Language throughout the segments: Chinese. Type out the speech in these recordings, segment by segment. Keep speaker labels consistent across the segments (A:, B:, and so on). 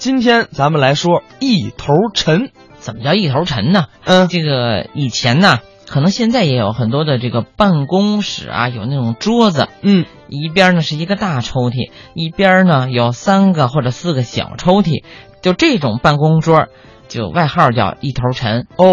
A: 今天咱们来说一头沉，
B: 怎么叫一头沉呢？
A: 嗯
B: 这个以前呢，可能现在也有很多的这个办公室啊，有那种桌子，
A: 嗯，
B: 一边呢是一个大抽屉，一边呢有三个或者四个小抽屉，就这种办公桌，就外号叫一头沉。
A: 哦，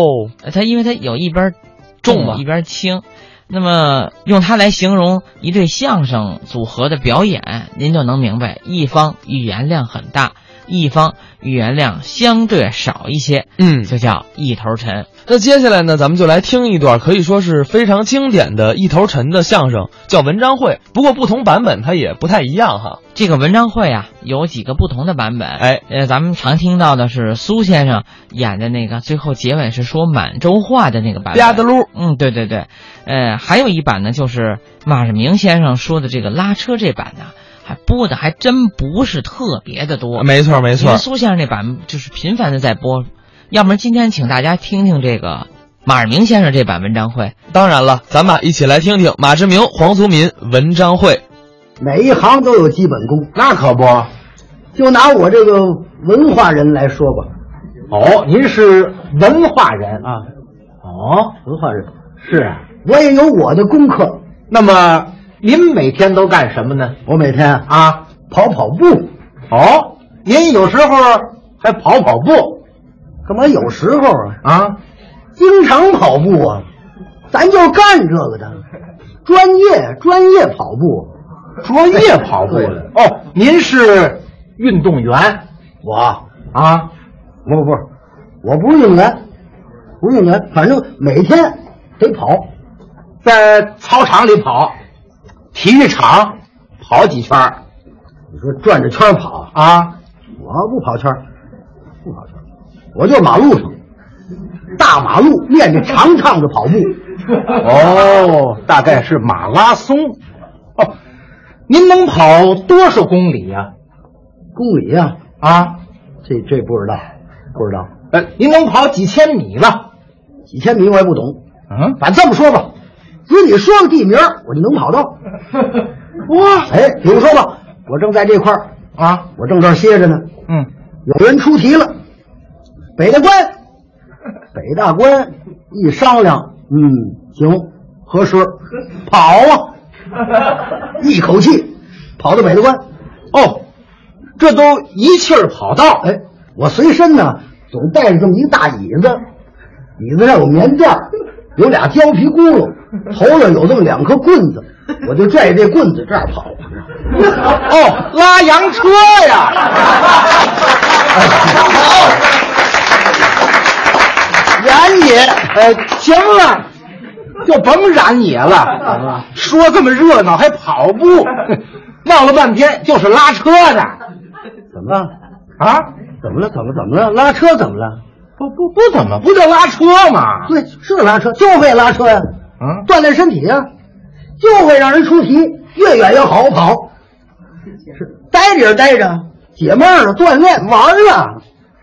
B: 呃它因为它有一边
A: 重嘛
B: 重一边轻，那么用它来形容一对相声组合的表演，您就能明白，一方语言量很大，一方语言量相对少一些，
A: 嗯
B: 就叫一头沉。
A: 那接下来呢，咱们就来听一段可以说是非常经典的一头沉的相声，叫《文章会》。不过不同版本它也不太一样哈。
B: 这个文章会啊，有几个不同的版本。
A: 哎，
B: 呃，咱们常听到的是苏先生演的那个，最后结尾是说满洲话的那个版
A: 吧嗒
B: 本。
A: 噜，
B: 嗯，对对对，呃，还有一版呢，就是马世明先生说的这个拉车这版呢，还播的还真不是特别的多。
A: 哦没错没
B: 因
A: 错
B: 为，苏先生那版就是频繁的在播，要不然今天请大家听听这个马世明先生这版文章会。
A: 当然了，咱们啊一起来听听马志明、黄祖民《文章会》。
C: 每一行都有基本功。
D: 那可不。
C: 就拿我这个文化人来说吧，
D: 哦，您是文化人
C: 啊？
D: 哦，
C: 文化人，
D: 是啊。
C: 我也有我的功课。
D: 那么您每天都干什么呢？
C: 我每天啊
D: 啊，
C: 跑跑步，
D: 哦，您有时候还跑跑步
C: 干嘛有时候啊，
D: 啊？
C: 经常跑步啊，咱就干这个的，专业专业跑步。
D: 专业跑步的哦，您是运动员
C: 我啊
D: 啊？
C: 不不，我不是运动员，不是运动员，反正每天得跑。
D: 在操场里跑，体育场跑几圈儿
C: 你说转着圈跑，
D: 啊？
C: 我不跑圈儿，不跑圈儿，我就马路上，大马路练着长趟的跑步。
D: 哦，大概是马拉松。哦，您能跑多少公里呀、
C: 公里啊，
D: 啊，
C: 这这不知道，不知道
D: 呃，您能跑几千米了？
C: 几千米我也不懂。
D: 嗯，
C: 反正这么说吧，只要你说个地名儿，我就能跑 到。哇，哎，比如说吧，我正在这块儿，
D: 啊，
C: 我正这儿歇着呢，
D: 嗯，
C: 有人出题了，北 大关，北大关一商量，嗯，行，合 适，跑啊，一口气跑到北大关。
D: 哦，这都一气儿跑到，
C: 哎，我随身呢总带着这么一个大椅子，椅子上有棉垫儿，有俩胶皮轱辘，头上有这么两颗棍子，我就拽着这棍子这样跑。
D: 哦，拉洋车呀，
C: 哎
D: 燃野，呃，行了，就甭燃野了，说这么热闹还跑步，闹了半天就是拉车的
C: 怎么了？
D: 啊，
C: 怎么了？怎么怎么了？拉车怎么了？
D: 不不不怎么不就拉车吗？
C: 对，是拉车，就会拉车呀、
D: 嗯
C: 锻炼身体呀、就会让人出题，越远越好跑。是待着也待着，解闷儿了，锻炼玩儿啊。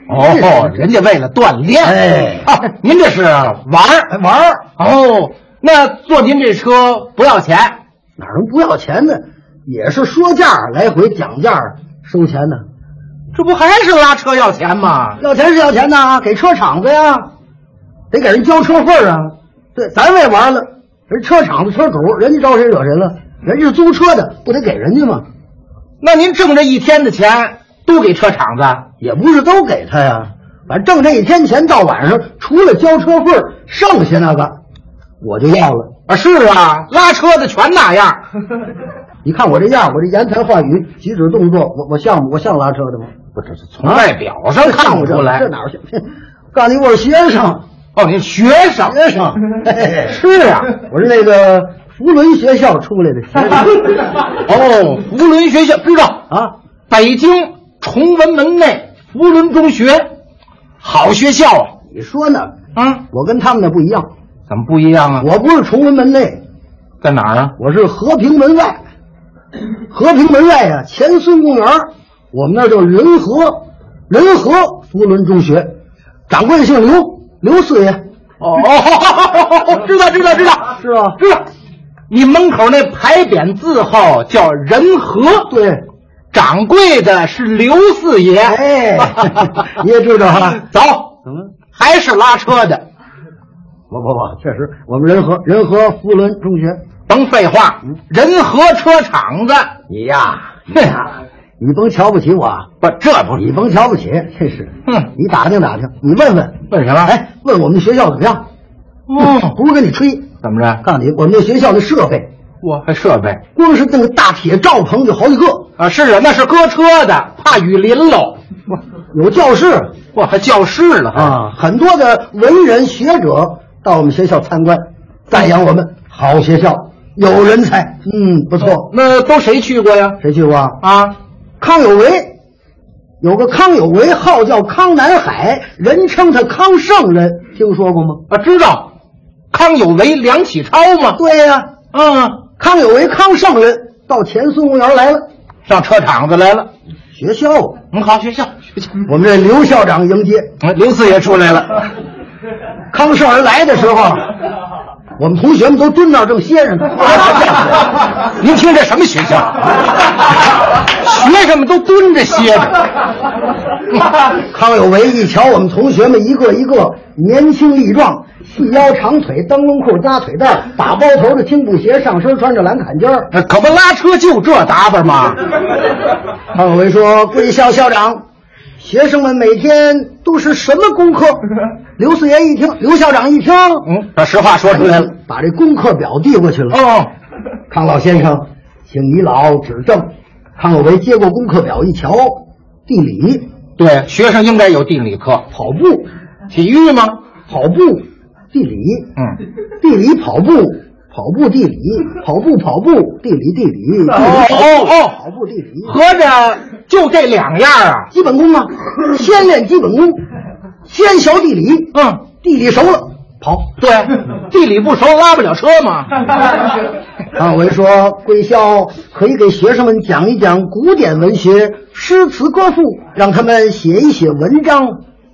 D: 哦，人家为了锻炼，
C: 哎
D: 啊，您这是玩儿玩儿哦。那坐您这车不要钱
C: 哪能不要钱呢？也是说价儿来回讲价儿收钱呢。
D: 这不还是拉车要钱吗？
C: 要钱是要钱呐，给车厂子呀，得给人交车份儿啊。对，咱为玩了，人车厂子车主，人家招谁惹谁了？人家是租车的，不得给人家吗？
D: 那您挣这一天的钱都给车厂子？
C: 也不是都给他呀，反正挣这一天钱到晚上，除了交车份儿，剩下那个我就要了。
D: 啊，是啊，拉车的全 那样。
C: 你看我这样，我这言谈话语、举止动作，我我像我像拉车的吗？
D: 不，这是从
C: 啊
D: 外表上看不出来
C: 这。哪 儿像？告诉你，我是学生，
D: 哦，您学生
C: 学生
D: 是啊。
C: 我是那个福伦学校出来的学 生。
D: 哦，福伦学校知道
C: 啊，
D: 北京崇文门内福伦中学，好学校
C: 你说呢？
D: 啊。啊，
C: 我跟他们那不一样，
D: 怎么不一样啊？
C: 我不是崇文门内，
D: 在哪儿啊？
C: 我是和平门外。和平门外呀、前孙公园儿，我们那儿叫仁和，仁和福伦中学，掌柜的姓刘，刘四爷。
D: 哦哦，知道知道知道，
C: 是吧
D: 知道。你门口那牌匾字号叫仁和，
C: 对，
D: 掌柜的是刘四爷。
C: 哎，爷知道啊，
D: 走，
C: 怎么？
D: 还是拉车的，
C: 不不不，确实，我们仁和仁和福伦中学，
D: 甭废话，仁和车厂子。
C: 嗯你呀，你呀，你甭瞧不起我啊，
D: 不，这不
C: 你甭瞧不起，真是，
D: 哼
C: 你打听打听，你问问，
D: 嗯问什么？哎，
C: 哎，问我们学校怎么样？
D: 哦，
C: 不是跟你吹，
D: 怎么着？
C: 告诉你，我们这学校的设备，
D: 我还设备
C: 光是那个大铁罩棚就好几个，
D: 啊，是啊，那是搁车的，怕雨淋喽。
C: 有教室
D: 哇，还教室了啊！
C: 啊，很多的文人学者到我们学校参观，赞扬我们好学校，有人才，嗯，不错。
D: 那都谁去过呀？
C: 谁去过啊？
D: 啊，
C: 康有为，有个康有为，号叫康南海，人称他康圣人，听说过吗？
D: 啊，知道，康有为、梁启超嘛。
C: 对呀、
D: 嗯，
C: 啊康有为康圣人到前孙公园来了，
D: 上车厂子来了。
C: 学校啊，
D: 嗯，好，学校，学校。
C: 我们这刘校长迎接。
D: 嗯刘四爷出来了。
C: 康圣人来的时 候，我们同学们都蹲那儿正歇 着呢。
D: 您听这什么学校？学生们都蹲着歇 着。
C: 康有为一瞧，我们同学们一个一个年轻力壮，细腰长腿，灯笼裤扎腿带儿，打包头的青布鞋，上身穿着蓝坎肩儿。
D: 呃可不拉车就这打扮吗？
C: 康有为说：“贵校校长，学生们每天都是什么功 课？”刘四爷一听，刘校长一听，
D: 嗯，把实话说出来了。
C: 把这功课表递过去了。
D: 哦，
C: 康老先生，请你老指正。康有为接过功课表一瞧，地理、
D: 对，学生应该有地理课，
C: 跑步、
D: 体育吗？
C: 跑步、地理，
D: 嗯，
C: 地理跑步，跑步地理，跑步跑步地理地理，地理
D: 哦哦
C: 跑
D: 哦，
C: 步地理，
D: 合着就这两样啊？
C: 基本功啊，先练基本功，先学地理，
D: 嗯，
C: 地理熟了跑。
D: 对，地理不熟拉不了车 嘛。
C: 康有为啊说，贵校可以给学生们讲一讲古典文学、诗词歌赋，让他们写一写文章。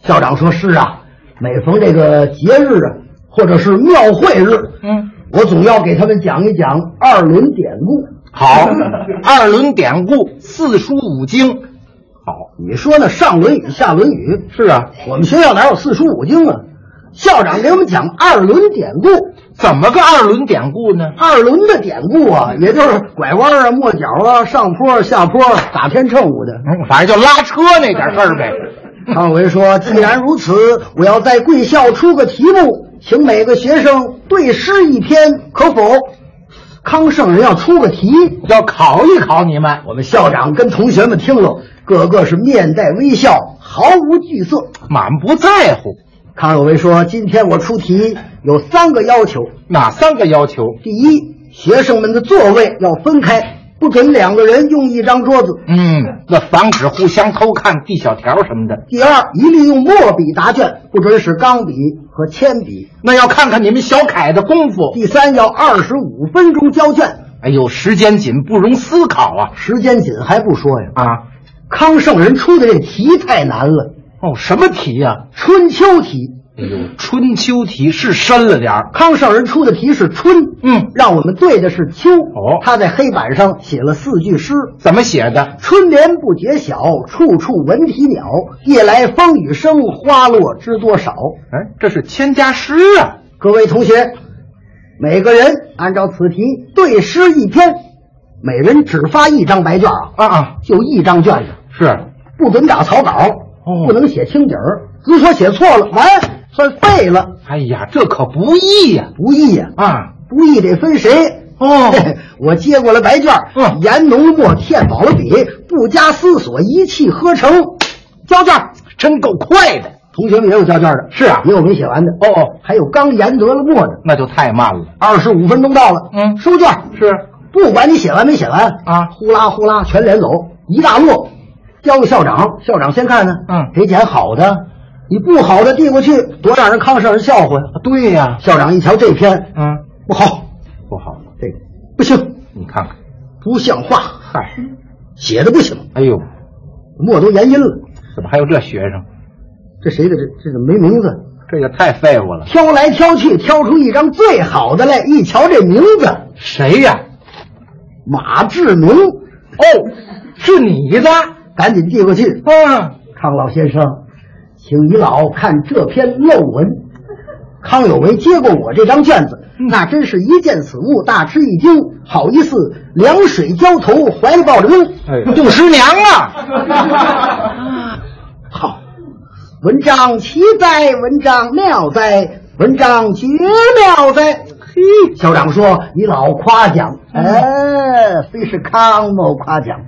C: 校长说：“是啊，每逢这个节日啊，或者是庙会日，
D: 嗯，
C: 我总要给他们讲一讲二轮典故。
D: 好， 二轮典故、四书五经，好，
C: 你说呢？上轮语，下轮语，
D: 是啊，
C: 我们学校哪有四书五经啊？校长给我们讲二轮典故，
D: 怎么个二轮典故呢？
C: 二轮的典故啊，也就是拐弯啊、抹角啊、上坡啊、下坡啊、打天秤舞 的。
D: 嗯，反正就拉车那点事儿呗。
C: 康有为说：“既然如此，我要在贵校出个题目，请每个学生对诗一篇，可否？”康圣人要出个题，
D: 要考一考你们，
C: 我们校长跟同学们听了，个个是面带微笑，毫无惧色。
D: 满不在乎。
C: 康有为说：“今天我出题有三个要求，
D: 哪三个要求？
C: 第一，学生们的座位要分开，不准两个人用一张桌子；
D: 嗯，那防止互相偷看、递小条什么的。
C: 第二，一律用墨笔答卷，不准使钢笔和铅笔；
D: 那要看看你们小凯的功夫。
C: 第三，要二十五分钟交卷。
D: 哎呦，时间紧，不容思考啊
C: 时间紧还不说呀，
D: 啊！
C: 康圣人出的这题太难了，
D: 哦，什么题呀、
C: 春秋题。
D: 哎呦，春秋题是深了点儿。
C: 康圣人出的题是春，
D: 嗯，
C: 让我们对的是秋。
D: 哦
C: 他在黑板上写了四句诗：
D: 怎么写的？
C: 春眠不觉晓，处处闻啼鸟。夜来风雨声，花落知多少。
D: 哎，这是千家诗啊！
C: 各位同学，每个人按照此题对诗一篇，每人只发一张白卷啊，
D: 啊啊，
C: 就一张卷子，
D: 是
C: 不准打草稿，
D: 哦
C: 不能写清底儿。如说写错了，完算废了，
D: 哎呀，这可不易呀
C: 不易呀、
D: 啊！
C: 不易得分谁。
D: 哦
C: 我接过了白卷，
D: 嗯
C: 研浓了墨，添饱了笔，不加思索，一气呵成，交卷儿。
D: 真够快的。
C: 同学们也有交卷儿的，
D: 是啊
C: 也有没写完的，
D: 哦哦，
C: 还有刚研得了墨的。
D: 那就太慢了。
C: 二十五分钟到了，
D: 嗯
C: 收卷儿。
D: 是
C: 不管你写完没写完
D: 啊
C: 呼啦呼啦全连走，一大摞，交给校长，校长先看呢，
D: 嗯
C: 得捡好的，你不好的递过去，多让人康上人笑话呀。
D: 对呀、
C: 校长一瞧这篇
D: 嗯，
C: 不好，
D: 不好，
C: 这个不行，
D: 你看看，
C: 不像话，
D: 嗨，
C: 写的不行，
D: 哎呦，
C: 墨都研阴了，
D: 怎么还有这学生？
C: 这谁的这这怎么没名字？
D: 这也太废物了。
C: 挑来挑去，挑出一张最好的来，一瞧这名字，
D: 谁呀、
C: 马志明，
D: 哦，是你的
C: 赶紧递过去。
D: 啊！
C: 康老先生，请于老看这篇漏文。康有为接过我这张卷子，那真是一见此物，大吃一惊，好一似凉水浇头，怀里抱着拥。
D: 哎，杜十娘啊！
C: 好，文章奇哉，文章妙哉，文章绝妙哉。嘿，校长说你老夸奖，哎，非是康某夸奖。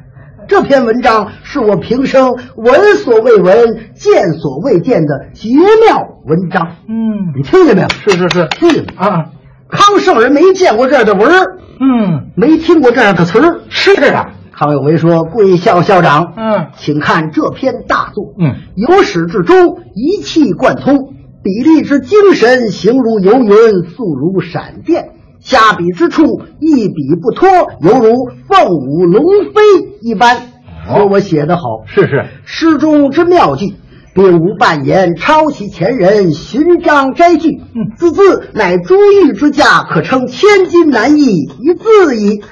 C: 这篇文章是我平生闻所未闻、见所未见的绝妙文章。
D: 嗯，
C: 你听见没有？
D: 是是是
C: 听见没有？
D: 啊，
C: 康圣人没见过这样的文儿，
D: 嗯，
C: 没听过这样的词儿。
D: 是啊，
C: 康有为说：“贵校校长，
D: 嗯
C: 请看这篇大作，
D: 嗯，
C: 由始至终一气贯通，比例之精神，形如游云，速如闪电，下笔之处，一笔不脱，犹如凤舞龙飞一般。”
D: 哦
C: 说我写得好，
D: 是是，
C: 诗中之妙句，并无半言抄袭前人，寻章摘句，字字乃珠玉之价，可称千金难易一字矣。
D: 嗯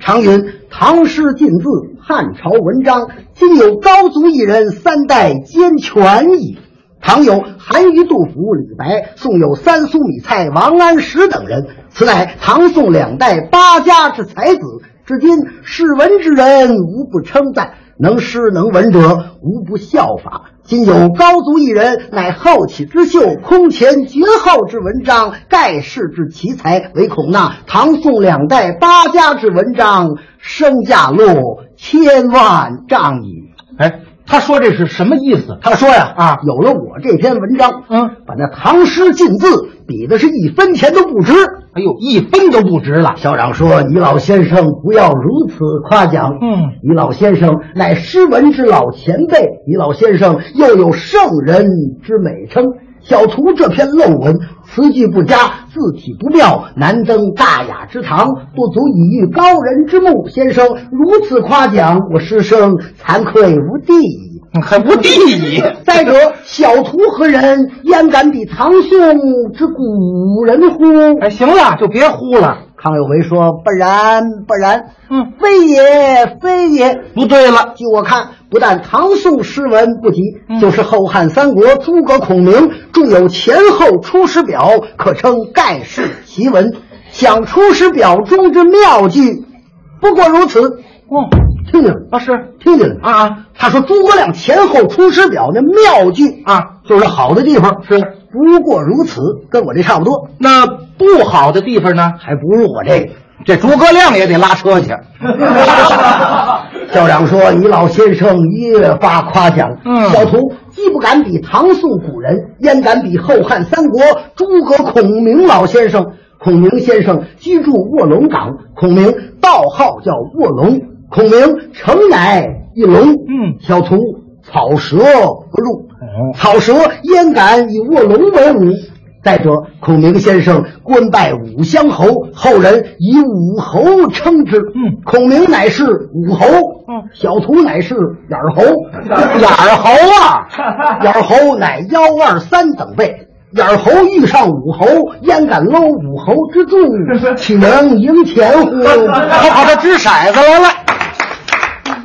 C: 常云唐诗尽字，汉朝文章，今有高足一人，三代兼全矣。唐有韩愈、杜甫、李白，宋有三苏、米蔡、王安石等人，此乃唐宋两代八家之才子。至今世文之人无不称赞，能诗能文者无不效法。今有高足一人，乃后起之秀，空前绝后之文章，盖世之奇才，唯恐那唐宋两代八家之文章，身价落千万丈矣。
D: 哎，他说这是什么意思？
C: 他说呀
D: 啊
C: 有了我这篇文章，
D: 嗯，
C: 把那唐诗晋字比的是一分钱都不值。
D: 哎呦，一分都不值了。
C: 校长说：“你老先生不要如此夸奖，
D: 嗯，
C: 你老先生乃诗文之老前辈，你老先生又有圣人之美称。小徒这篇陋文，词句不佳，字体不妙，难登大雅之堂，不足以喻高人之目。先生如此夸奖，我师生惭愧无地矣。”
D: 还嗯不地矣。
C: 再者，小徒何人？焉敢比唐宋之古人乎？
D: 哎，行了，就别呼了。
C: 康有为说：“不然，不然，
D: 嗯，
C: 非也，非也。
D: 不对了，嗯
C: 据我看，不但唐宋诗文不及，就是后汉三国诸葛孔明著有《前后出师表》，可称盖世奇文。想《出师表》中之妙句，不过如此。
D: 哦，
C: 听见了吗？
D: 啊是
C: 听见了吗？
D: 啊
C: 他说诸葛亮前后出师表那妙句
D: 啊，
C: 就是好的地方。
D: 是。
C: 不过如此，跟我这差不 多，
D: 那不好的地方呢？
C: 还不如我这个。
D: 这诸葛亮也得拉车 去。哦
C: 校长说：“你老先生越发夸奖，
D: 嗯
C: 小徒既不敢比唐宋古人，焉敢比后汉三国诸葛孔明老先生？孔明先生居住卧龙岗，孔明道号叫卧龙，孔明诚乃一龙。
D: 嗯
C: 小徒草蛇不入，
D: 哦
C: 草蛇焉敢以卧龙为伍？再者，孔明先生官拜武乡侯，后人以武侯称之。
D: 嗯，
C: 孔明乃是武侯，
D: 嗯，
C: 小徒乃是眼 儿侯，
D: 眼儿猴 啊！
C: 眼儿侯乃幺二三等辈。眼儿侯遇上武侯，焉敢搂武侯之柱？ 岂能赢钱乎？
D: 他跑这掷骰子来了。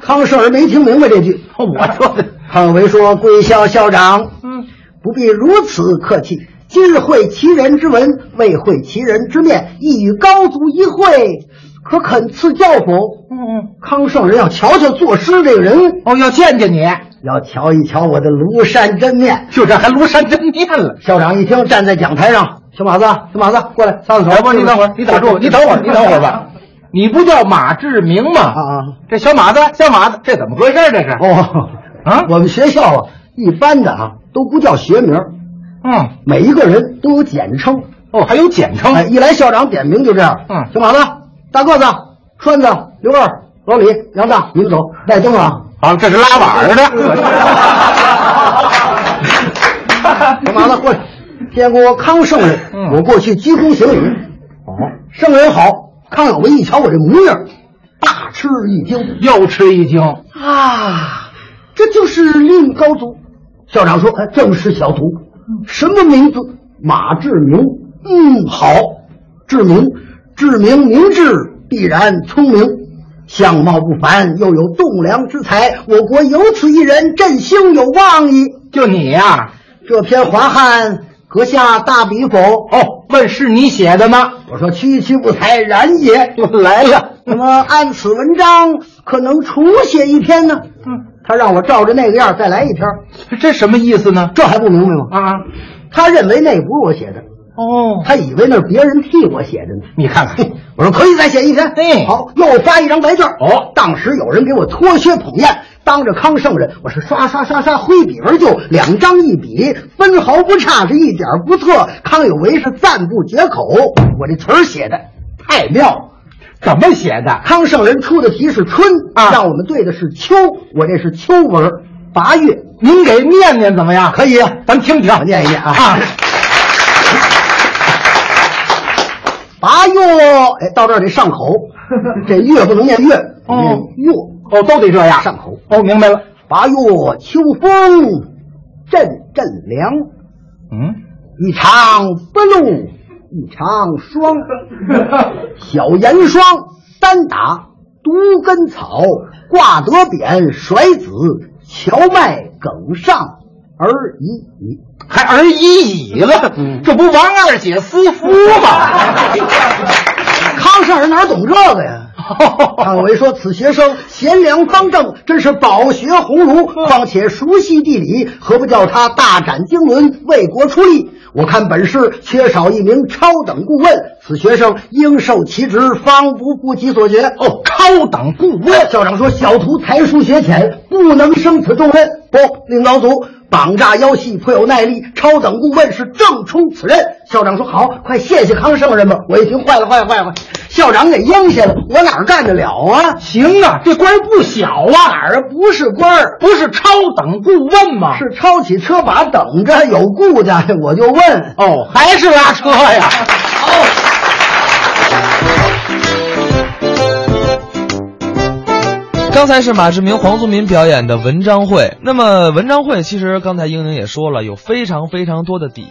C: 康圣人没听明白这句。
D: 我说的，
C: 康有为说：“贵校校长，
D: 嗯，
C: 不必如此客气。今日会其人之文，未会其人之面，亦与高足一会，可肯赐教否？”
D: 嗯，
C: 康圣人要瞧瞧作诗这个人，
D: 哦，要见见你，
C: 要瞧一瞧我的庐山真面。
D: 就这还庐山真面了。
C: 校长一听，站在讲台上，小马子，小马子，过来撒撒手。
D: 哎，不，你等会儿，你打住，你等会儿，你等会儿吧。你不叫马志明吗？
C: 啊啊！
D: 这小马子，小马子，这怎么回事？这是？
C: 哦，
D: 啊
C: 我们学校啊，一般的啊都不叫学名，
D: 嗯，
C: 每一个人都有简称。
D: 哦，还有简称。
C: 哎，一来校长点名就这样。
D: 嗯
C: 小马子、大个子、栓子、刘二、老李、杨大，你们走，带灯啊！
D: 啊，这是拉碗 儿
C: 小
D: 的。
C: 马子过来，见过康圣人，
D: 嗯
C: 我过去鞠躬行礼。
D: 哦，
C: 圣人好，康有为一瞧我这模样，大吃一惊
D: 又吃一惊。
C: 啊！这就是令高足。校长说：“哎，正是小徒，什么名字？马志明。嗯，好，志明，志明明智，必然聪明。相貌不凡，又有栋梁之才，我国有此一人，振兴有望矣。
D: 就你呀、
C: 这篇华汉，阁下大笔否？
D: 哦，问是你写的吗？
C: 我说区区不才，然也。
D: 我来了，
C: 那么按此文章，可能重写一篇呢？嗯，他让我照着那个样儿再来一篇，
D: 这什么意思呢？
C: 这还不明白吗？
D: 啊，
C: 他认为那不是我写的，
D: 哦，
C: 他以为那是别人替我写的呢。
D: 你看看，
C: 我说可以再写一篇，
D: 哎
C: 好，又发一张白卷。
D: 哦，
C: 当时有人给我脱靴捧砚，当着康圣人，我是刷刷刷刷挥笔而就，两张一笔，分毫不差，是一点儿不错。康有为是赞不绝口，我这词儿写的太妙了。
D: 怎么写的？
C: 康圣人出的题是春
D: 啊
C: 让我们对的是秋，我这是秋文儿，八月
D: 您给念念怎么样？
C: 可以啊。
D: 咱听听，
C: 我念一念啊
D: 啊，
C: 八月，哎，到这儿得上口， 这月不能念月，
D: 哦
C: 念月
D: 哦，都得这样。
C: 上口。
D: 哦，明白了。
C: 八月秋风阵阵凉，
D: 嗯，
C: 一场不露一场 霜，小严霜单打独根草，挂得扁甩子，荞麦梗上而已矣。
D: 还而已矣了，
C: 嗯
D: 这不王二姐私夫吗？
C: 康圣人哪懂这个 呀？康有为说：“此学生贤良方正，真是饱学鸿儒，况且熟悉地理，何不叫他大展经纶，为国出力？我看本市缺少一名超等顾问，此学生应受其职，方不顾其所学。”哦，超等顾问。哎校长说：“小徒才疏学浅，不能生此重任。不，令老祖绑架腰系颇有耐力，超等顾问是正冲此任。”校长说：“好，快谢谢康圣人吧。”我一听，坏了，坏了，坏了！坏了校长给应下了，我哪儿干得了啊？
D: 行啊，这官儿不小
C: 哪
D: 啊，
C: 儿不是官儿，
D: 不是超等顾问吗？
C: 是抄起车把等着有顾家，我就问。
D: 哦，还是拉车呀？
A: 刚才是马志明、黄宗民表演的文章会。那么文章会其实刚才英宁也说了，有非常非常多的底，